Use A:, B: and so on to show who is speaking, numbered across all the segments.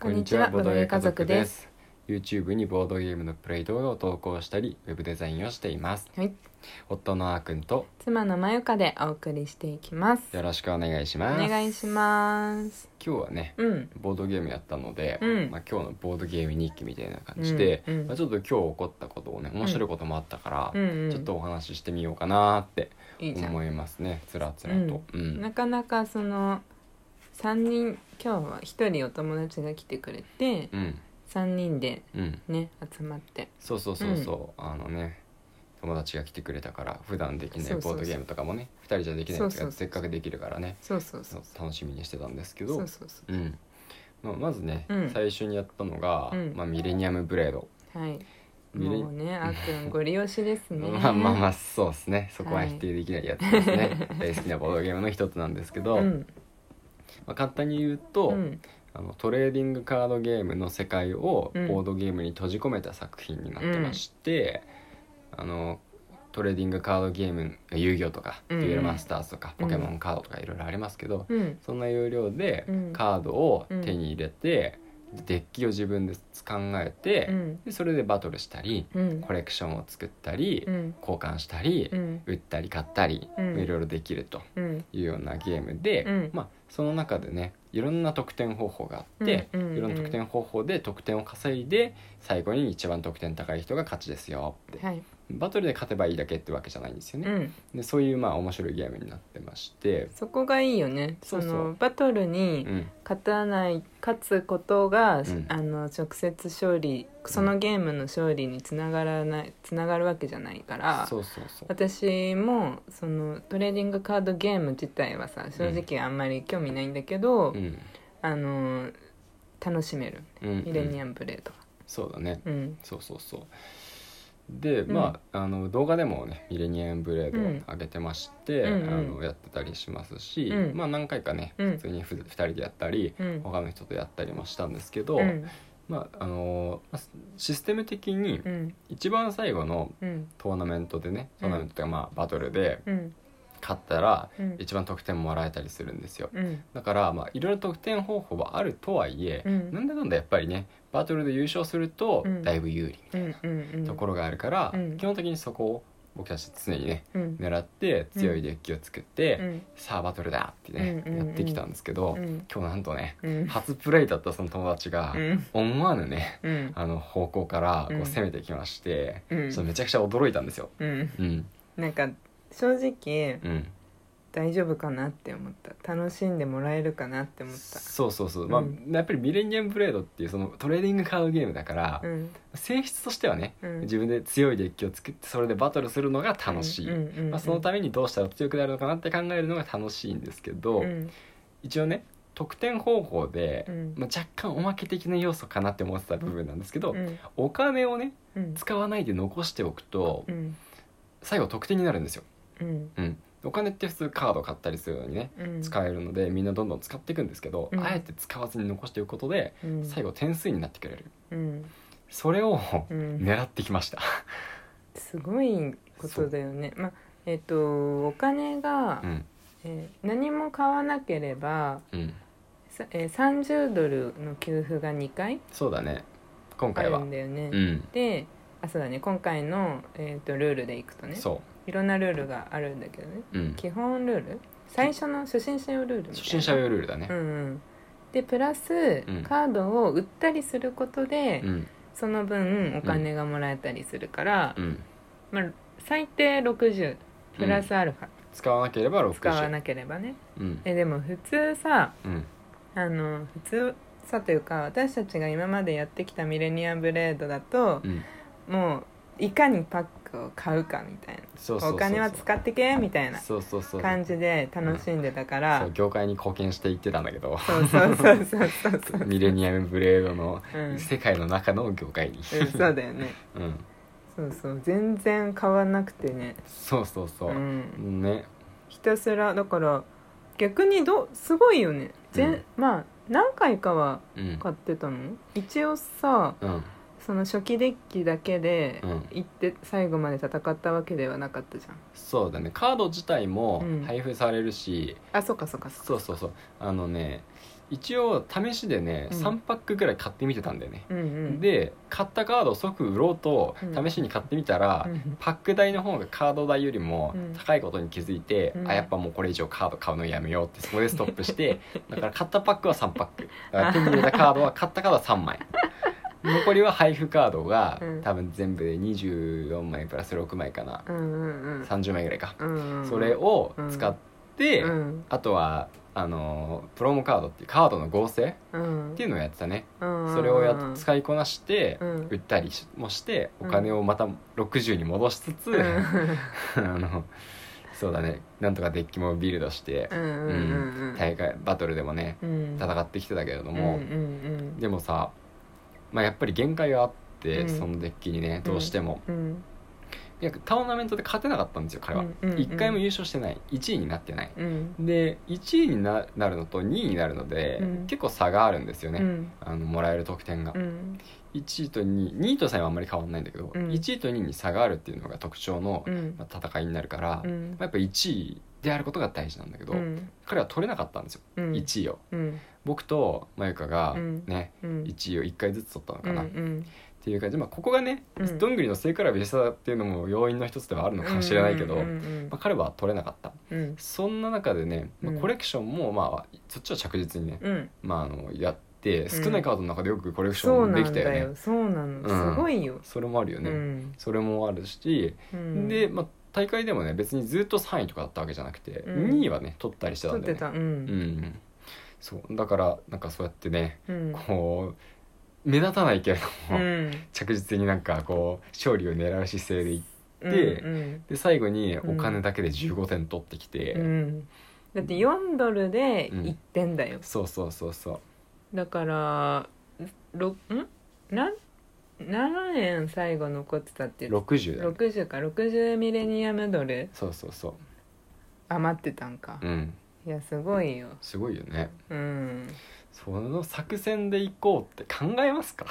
A: こんにちはボードゲー家族です
B: YouTube にボードゲームのプレイ動画を投稿したりウェブデザインをしています
A: はい、
B: 夫のあーくんと
A: 妻のまゆかでお送りしていきます。
B: よろしくお願いし
A: お
B: ます
A: 願いします。
B: 今日はね
A: うん、
B: ボードゲームやったので、
A: うん
B: まあ、今日のボードゲーム日記みたいな感じで、
A: うんうん
B: まあ、ちょっと今日起こったことをね面白いこともあったから、
A: うんうん、
B: ちょっとお話ししてみようかなって
A: いいじゃん。
B: 思いますねつらつらと、うん
A: なかなかその三人今日は一人お友達が来てくれて
B: うん
A: 三人で
B: うん
A: ね集まって
B: そうそうそうそう、あのね友達が来てくれたから普段できない
A: そうそ
B: ボ
A: うそう
B: ードゲームとかもね2人じゃできないやつ
A: そうそうそ
B: が
A: う
B: せっかくできるからね
A: そうそうそう
B: そう楽しみにしてたんですけ
A: そ
B: ど
A: うそうそう
B: うんまあ、まずね、
A: うん
B: 最初にやったのが、
A: うん
B: まあ、ミレニアムブレード、
A: はい
B: ミレ
A: もうねあっくんご利用しですね
B: まあまあま
A: あ
B: あそうですねそこは
A: はい
B: 否定できないやつですね、大好きなボードゲームの一つなんですけど、
A: うん
B: まあ、簡単に言うと、
A: うん
B: あのトレーディングカードゲームの世界を
A: うん
B: ボードゲームに閉じ込めた作品になってまして、あのトレーディングカードゲーム遊戯王とか、
A: うん
B: デュエルマスターズとか
A: うん
B: ポケモンカードとかいろいろありますけど、
A: うん
B: そんな要領で
A: うん
B: カードを手に入れて、デッキを自分で考えて、
A: うん
B: でそれでバトルしたり
A: うん
B: コレクションを作ったり、
A: うん
B: 交換したり、
A: うん
B: 売ったり買ったり、
A: うん
B: いろいろできると
A: うん
B: いうようなゲームで、
A: うん
B: まあ、その中でねいろんな得点方法があって、
A: うんうんうん
B: いろんな得点方法で得点を稼いで最後に一番得点高い人が勝ちですよって
A: はい
B: バトルで勝てばいいだけってわけじゃないんですよ
A: う
B: ね、
A: ん
B: でそういうまあ面白いゲームになってまして、
A: そこがいいよね
B: そ
A: そう
B: そう
A: のバトルに
B: うん
A: 勝たない勝つことが、
B: ん
A: あの直接勝利そのゲームの勝利につながらないつながるわけじゃないから
B: そうそうそう
A: 私もそのトレーディングカードゲーム自体はさ正直あんまり興味ないんだけど、
B: うん
A: あの楽しめる
B: うんうん
A: ミレニアムブレードが
B: そうだね
A: うん
B: そうそうそうでまあ,、あの動画でもね「ミレニアムブレ
A: うん
B: ード」上げてまして、
A: うんうん
B: あのやってたりしますし、
A: うん
B: まあ何回かね
A: うん
B: 普通にふ2人でやったり、
A: うん
B: 他の人とやったりもしたんですけど、
A: うん
B: まああのまあシステム的に
A: うん
B: 一番最後の
A: うん
B: トーナメントでね
A: う
B: ト
A: ん
B: ーナメントというかまあバトルで
A: うん
B: 勝ったら
A: うん
B: 一番得点もらえたりするんですよ
A: うん
B: だからまあいろいろ得点方法はあるとはいえ、
A: うん
B: なんだかんだやっぱりねバトルで優勝すると
A: うん
B: だいぶ有利
A: うんうんうん
B: ところがあるから、
A: うん
B: 基本的にそこを僕たち常にね
A: うん
B: 狙って強いデッキを作って、
A: うん
B: さあバトルだってね、
A: うんうんうん
B: やってきたんですけど、
A: うん
B: 今日なんとね
A: うん
B: 初プレイだったその友達が
A: うん
B: 思わぬね
A: うん
B: あの方向からこ
A: うん
B: う攻めてきまして、
A: うん
B: ちょっとめちゃくちゃ驚いたんですよ。
A: うん
B: うん
A: なんか正直
B: うん、
A: 大丈夫かなって思った楽しんでもらえるかなって思った
B: そうそうそう、まあ
A: うん
B: やっぱりミレニアムブレードっていうそのトレーディングカードゲームだから、
A: うん
B: 性質としてはね、
A: うん
B: 自分で強いデッキを作ってそれでバトルするのが楽しい、
A: うんうんうん
B: まあ、そのためにどうしたら強くなるのかなって考えるのが楽しいんですけど、
A: うん
B: 一応ね得点方法で、
A: うん
B: まあ、若干おまけ的な要素かなって思ってた部分なんですけど、
A: うん
B: お金をね
A: うん
B: 使わないで残しておくと
A: うん
B: 最後得点になるんですよ、
A: うん
B: うん、お金って普通カード買ったりするのにね
A: うん
B: 使えるのでみんなどんどん使っていくんですけど、
A: うん
B: あえて使わずに残しておくことで
A: うん
B: 最後点数になってくれる
A: うん
B: それを
A: うん
B: 狙ってきました、
A: すごいことだよねまあえっとお金が
B: うん
A: えー何も買わなければ
B: うん、
A: さえー30ドルの給付が2回
B: そうだね今
A: あ
B: 回
A: る
B: は
A: んだよ
B: う
A: ね
B: ん
A: であそうだね今回のえっとルールでいくとね
B: そ
A: いろんなルールがあるんだけどね
B: う、うん、
A: 基本ルール最初の初心者用ルールみたいな
B: 初心者用ルールだね
A: うん、うん、でプラス、
B: うん
A: カードを売ったりすることで、
B: うん
A: その分お金がもらえたりするから、
B: うん、
A: まあ、最低60プラスアルファ、
B: 使わなければ60
A: 使わなければね
B: うん
A: えでも普通さ
B: うん
A: あの普通さというか私たちが今までやってきたミレニアムブレードだと
B: う、ん
A: もういかにパックを買うかみたいな
B: そうそうそうそう
A: お金は使ってけみたいな
B: そうそうそう
A: 感じで楽しんでたか
B: そ
A: ら、
B: う業界に貢献していってたんだけど
A: そうそうそうそうそうそう
B: ミレニアムブレードの
A: うん
B: 世界の中の業界に、
A: うんそうだよね
B: うん、
A: そうそう全然買わなくてね
B: そうそうそうう、
A: ん、
B: ね
A: ひたすらだから逆にどうすごいよね全、
B: うん
A: まあ何回かは
B: うん
A: 買ってたの一応さ
B: うん
A: その初期デッキだけで
B: うん
A: 行って最後まで戦ったわけではなかったじゃん
B: そうだねカード自体も
A: うん
B: 配布されるし、
A: あそうかそうかそうか
B: そうそうそうあのね一応試しでね、
A: うん
B: 3パックぐらい買ってみてたんだよね、
A: うんうん、
B: で買ったカードを即売ろうと
A: うん
B: 試しに買ってみたら、
A: うん
B: パック代の方がカード代よりも
A: うん
B: 高いことに気づいて、
A: うん
B: あやっぱもうこれ以上カード買うのやめようってそこでストップして だから買ったパックは3パックだから手に入れたカードは買ったカードは3枚残りは配布カードが、
A: うん
B: 多分全部で24枚プラス6枚かな
A: うんうん
B: 30枚ぐらいか、
A: うんうん
B: それを使って、
A: うん
B: あとはあのプロモカードっていうカードの合成
A: うん
B: っていうのをやってたね、
A: うん
B: それをやっ使いこなして、
A: うん
B: 売ったりしもしてお
A: うん
B: 金をまた60に戻しつつ、
A: うん
B: あのそうだねなんとかデッキもビルドして
A: う、んうんうん
B: 大会バトルでもね
A: うん
B: 戦ってきてたけれど
A: うん
B: も、
A: うん
B: でもさ、まあ、やっぱり限界があって、
A: うん
B: そのデッキにねどうしても、
A: うんうん
B: いやターナメントで勝てなかったんですよ彼は、
A: うんうんうん
B: 一回も優勝してない1位になってない
A: うん
B: で1位にななるのと2位になるので、
A: うん
B: 結構差があるんですよね、
A: うん
B: あのもらえる得点が、
A: うん
B: 1位と2位2位と3位はあんまり変わんないんだけど、
A: うん
B: 1位と2位に差があるっていうのが特徴の
A: う、ん
B: まあ戦いになるから、
A: う
B: ま
A: ん
B: あやっぱ1位であることが大事なんだけど、
A: うん
B: 彼は取れなかったんですよ、
A: うん
B: 1位を
A: うん
B: 僕とまゆかが
A: うん
B: ね、
A: うん
B: 1位を1回ずつ取ったのかな、
A: う
B: っ
A: ん
B: ていう感じで、まあ、ここがね、
A: うん
B: どんぐりの背比べしたっていうのも要因の一つではある
A: う
B: の
A: ん
B: かもしれないけど、
A: うんうん
B: まあ、彼は取れなかった
A: うん
B: そんな中でね、まあ
A: うん
B: コレクションも、まあ、そっちは着実にね、
A: うん
B: まあ、あのやって少ないカードの中でよくコレクシ
A: そ
B: ョ
A: う
B: ン
A: な
B: でき
A: ん
B: たよ
A: だ
B: ね、
A: よそう
B: う
A: なの
B: ん
A: すごいよ
B: それもあるよね、
A: うん
B: それもあるし、
A: うん
B: で、まあ、大会でもね別にずっと3位とかだったわけじゃなくて、
A: うん
B: 2位はね取ったりしてた
A: 撮
B: ん
A: っ
B: だよ
A: て
B: ね
A: たう
B: うんんそうだからなんかそうやってね
A: うん
B: こう目立たないけれ
A: う
B: ども、
A: ん
B: 着実になんかこう勝利を狙う姿勢でい
A: うん
B: で
A: うん
B: で最後に
A: う
B: お
A: ん
B: 金だけで15点取ってきて、
A: うんだって4ドルで
B: うん
A: 1点だよ
B: そうそうそうそう
A: だからろんな7円最後残ってたって言って
B: 60だよね
A: 60か60ミレニアムドル
B: そうそうそ
A: 余ってたんか
B: ううん
A: いやすごいよ
B: すごいよね
A: うん
B: その作戦で行こうって考えます か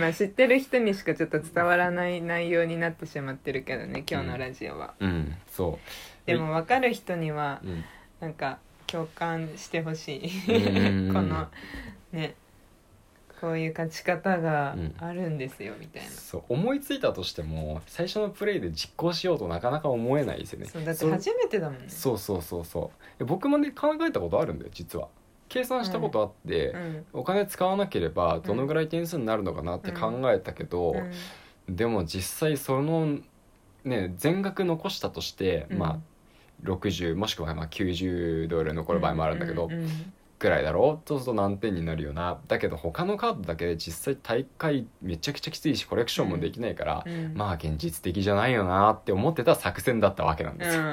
A: まあ知ってる人にしかちょっと伝わらない内容になってしまってるけどね今日のラジオは、
B: うんそ
A: でも分かる人には
B: う、うん、
A: なんか共感してほしい
B: うん
A: このねこういう勝ち方が
B: うん
A: あるんですよみたいな、
B: そう思いついたとしても最初のプレイで実行しようとなかなか思えないですよね
A: そうだって
B: そ
A: 初めてだもんね
B: そうそうそうそう僕もね考えたことあるんだよ実は計算したことあって、
A: うん
B: お金使わなければどのぐらい点数になるのかなって考えたけど、
A: うん
B: でも実際そのね全額残したとして、
A: うん
B: まあ60もしくはまあ90ドル残る場合もあるんだけど、
A: うんうん
B: ぐらいだろうそうすると何点になるよなだけど他のカードだけで実際大会めちゃくちゃきついしコレクションもできないから、
A: うんうん
B: まあ現実的じゃないよなって思ってた作戦だったわけなん
A: う
B: で
A: ん
B: す
A: うん
B: よ、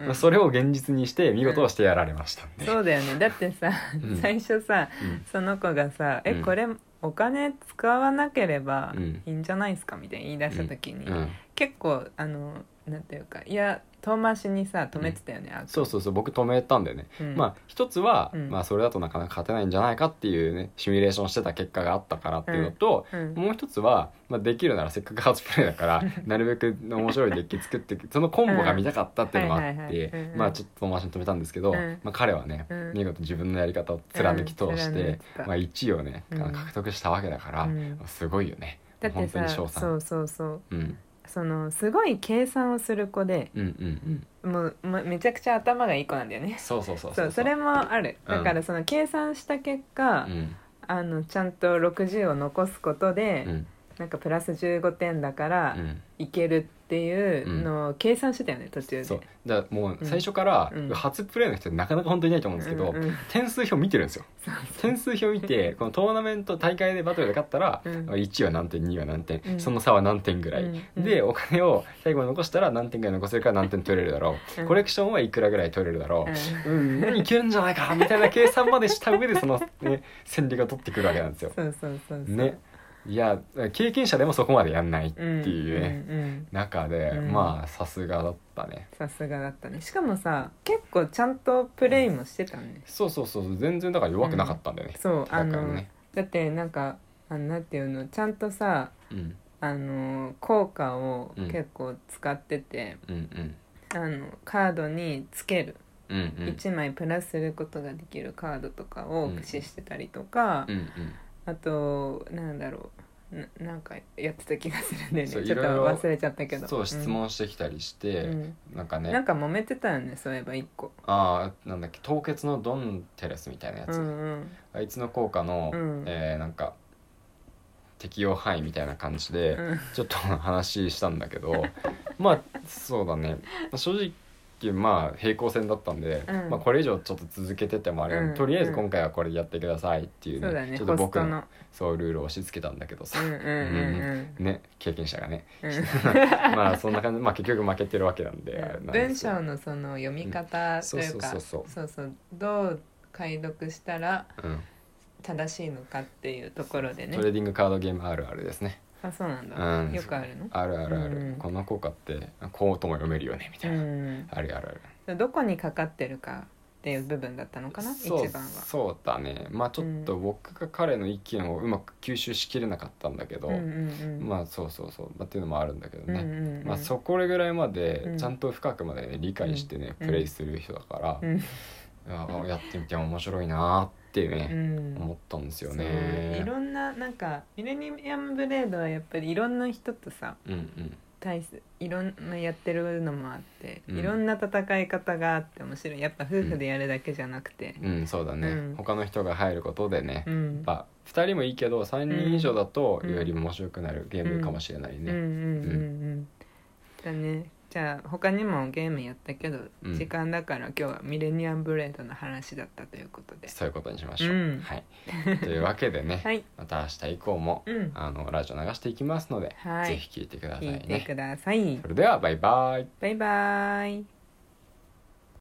A: うんうんうん
B: それを現実にして見事してやられましたんで、
A: そうだよねだってさ、
B: うん
A: 最初さ
B: うん
A: その子がさ「え
B: うん
A: これお金使わなければ
B: うん
A: いいんじゃないですか?」みたいに言い出した時に、
B: うん
A: 結構あのなんていうかいや遠回しにさ止めてたよね、あ
B: そうそうそう僕止めたんだよね、
A: うん
B: まあ一つは、
A: うん
B: まあ、それだとなかなか勝てないんじゃないかっていうねシミュレーションしてた結果があったからっていうのと、
A: うん
B: もう一つは、まあ、できるならせっかく初プレイだからなるべく面白いデッキ作ってそのコンボが見たかったっていうのがあ
A: うん
B: っ
A: はいはいはい
B: て
A: うん
B: まあちょっと遠回しに止めたんですけど、
A: うん
B: まあ、彼はね、
A: うん
B: 見事自分のやり方を貫き通
A: うん
B: し
A: 貫い
B: て
A: て、た
B: まあ、1位をね
A: うん
B: 獲得したわけだから、
A: うん
B: すごいよね
A: だって
B: 本当
A: さ
B: に賞賛
A: そうそうそう
B: うん
A: そのすごい計算をする子で
B: うんうんうん
A: もうもうめちゃくちゃ頭がいい子なんだよね
B: そうそうそう
A: そうそれもある
B: うん
A: だからその計算した結果、
B: うん
A: あのちゃんと60を残すことで、
B: うん
A: なんかプラス15点だから
B: うん
A: いけるっていうのを計算してたよね途中で
B: そうだからもう最初から
A: うん
B: 初プレイの人ってなかなか本当にいないと思うんですけど、
A: うん うん
B: 点数表見てるんですよ
A: そう
B: 点数表見てこのトーナメント大会でバトルで勝ったら、
A: うん
B: 1は何点2は何点、
A: うん
B: その差は何点ぐらい、
A: うんうん
B: でお金を最後に残したら何点ぐらい残せるから何点取れるだろう、
A: うん
B: コレクションはいくらぐらい取れるだろ
A: うん
B: う、うん何いけるんじゃないかみたいな計算までした上でその、ね、戦略が取ってくるわけなんですよ。
A: そうそうそうそう
B: ね、いや経験者でもそこまでやんないっていうね、
A: うんうんうん
B: 中で、
A: うん
B: まあさすがだったね。
A: さすがだったねしかもさ結構ちゃんとプレイもしてたね、
B: そうそうそう全然だから弱くなかったんだよね。
A: そうあ
B: だから
A: の、
B: ね
A: だってなんかあのなんていうのちゃんとさ
B: うん
A: あの効果を
B: うん
A: 結構使ってて、
B: うんうん
A: あのカードにつける
B: ううんうん
A: 1枚プラスすることができるカードとかを
B: うん
A: 駆使してたりとか、
B: うん
A: あとなんだろうななんかやってた気がするんだよねち
B: そ
A: ょ
B: う
A: っと
B: いろいろ
A: 忘れちゃったけ
B: うん
A: ど
B: そう質、問してきたりし
A: うん
B: て、
A: うん
B: なんか
A: なん
B: ね
A: か揉めてたよねそういえば1個
B: ああなんだっけ凍結のドンテレスみたいなや
A: う
B: つ、
A: んうん
B: あいつの効果の、
A: うん
B: えーなんか適用範囲みたいな感じで、
A: うん
B: ちょっと話したんだけど まあそうだね正直まあ平行線だったんで、
A: うん
B: まあ、これ以上ちょっと続けててもあれなんで、
A: うん
B: とりあえず今回はこれやってくださいっていう
A: そうだね
B: ちょっ
A: ホ
B: と
A: ス
B: 僕
A: ト
B: の
A: の
B: そうルールを押し付けたんだけどさ
A: う、んうん うん
B: ね経験者がね
A: うんうん
B: まあそんな感じまあ結局負けてるわけなんであれなんで
A: 文
B: すけど
A: 章のその読み方というか、
B: うんそうそうそう
A: そうそうどう解読したら
B: うん
A: 正しいのかっていうところでね
B: トレーディングカードゲームあるあるですね
A: あそうなんだ、
B: うん
A: よくあるの
B: あるあるある、
A: うん
B: この効果ってこうとも読めるよねみたいな、
A: うん
B: あるあるある
A: どこにかかってるかっていう部分だったのかな一
B: そう
A: 番は
B: そうだねまあちょっと僕が彼の意見をうまく吸収しきれなかったんだけど、
A: うんうんうん
B: まあそうそうそう、まあ、っていうのもあるんだけど
A: うんう
B: ね、
A: んうん
B: まあそこれぐらいま
A: う
B: で
A: ん
B: ちゃんと深くまでね理解してね、
A: うん
B: プレイする人だから
A: う、ん
B: あやってみても面白いなーって
A: う
B: ね、
A: ん
B: 思ったんですよ
A: そうい
B: ね
A: ろんななんかミレニアムブレードはやっぱりいろんな人とさ
B: うんうん
A: 対すいろんなやってるのもあって、
B: うん
A: いろんな戦い方があって面白いやっぱ夫婦でやるだけじゃなくて
B: うんそうだね、
A: うん
B: 他の人が入ることでね、
A: う
B: やっ
A: ん、
B: ぱ2人もいいけど3人以上だと
A: うん
B: より面白くなるゲームかもしれない
A: うんうん
B: ね、
A: うんうんだねじゃあ他にもゲームやったけど、
B: うん
A: 時間だから今日はミレニアムブレードの話だったということで
B: そういうことにしましょう、
A: うん
B: はいというわけでね、
A: はい
B: また明日以降も
A: うん
B: あのラジオ流していきますので、
A: はい
B: ぜひ聞いてください
A: 聞いて
B: ね
A: ください
B: それではバイバイ
A: バイバイ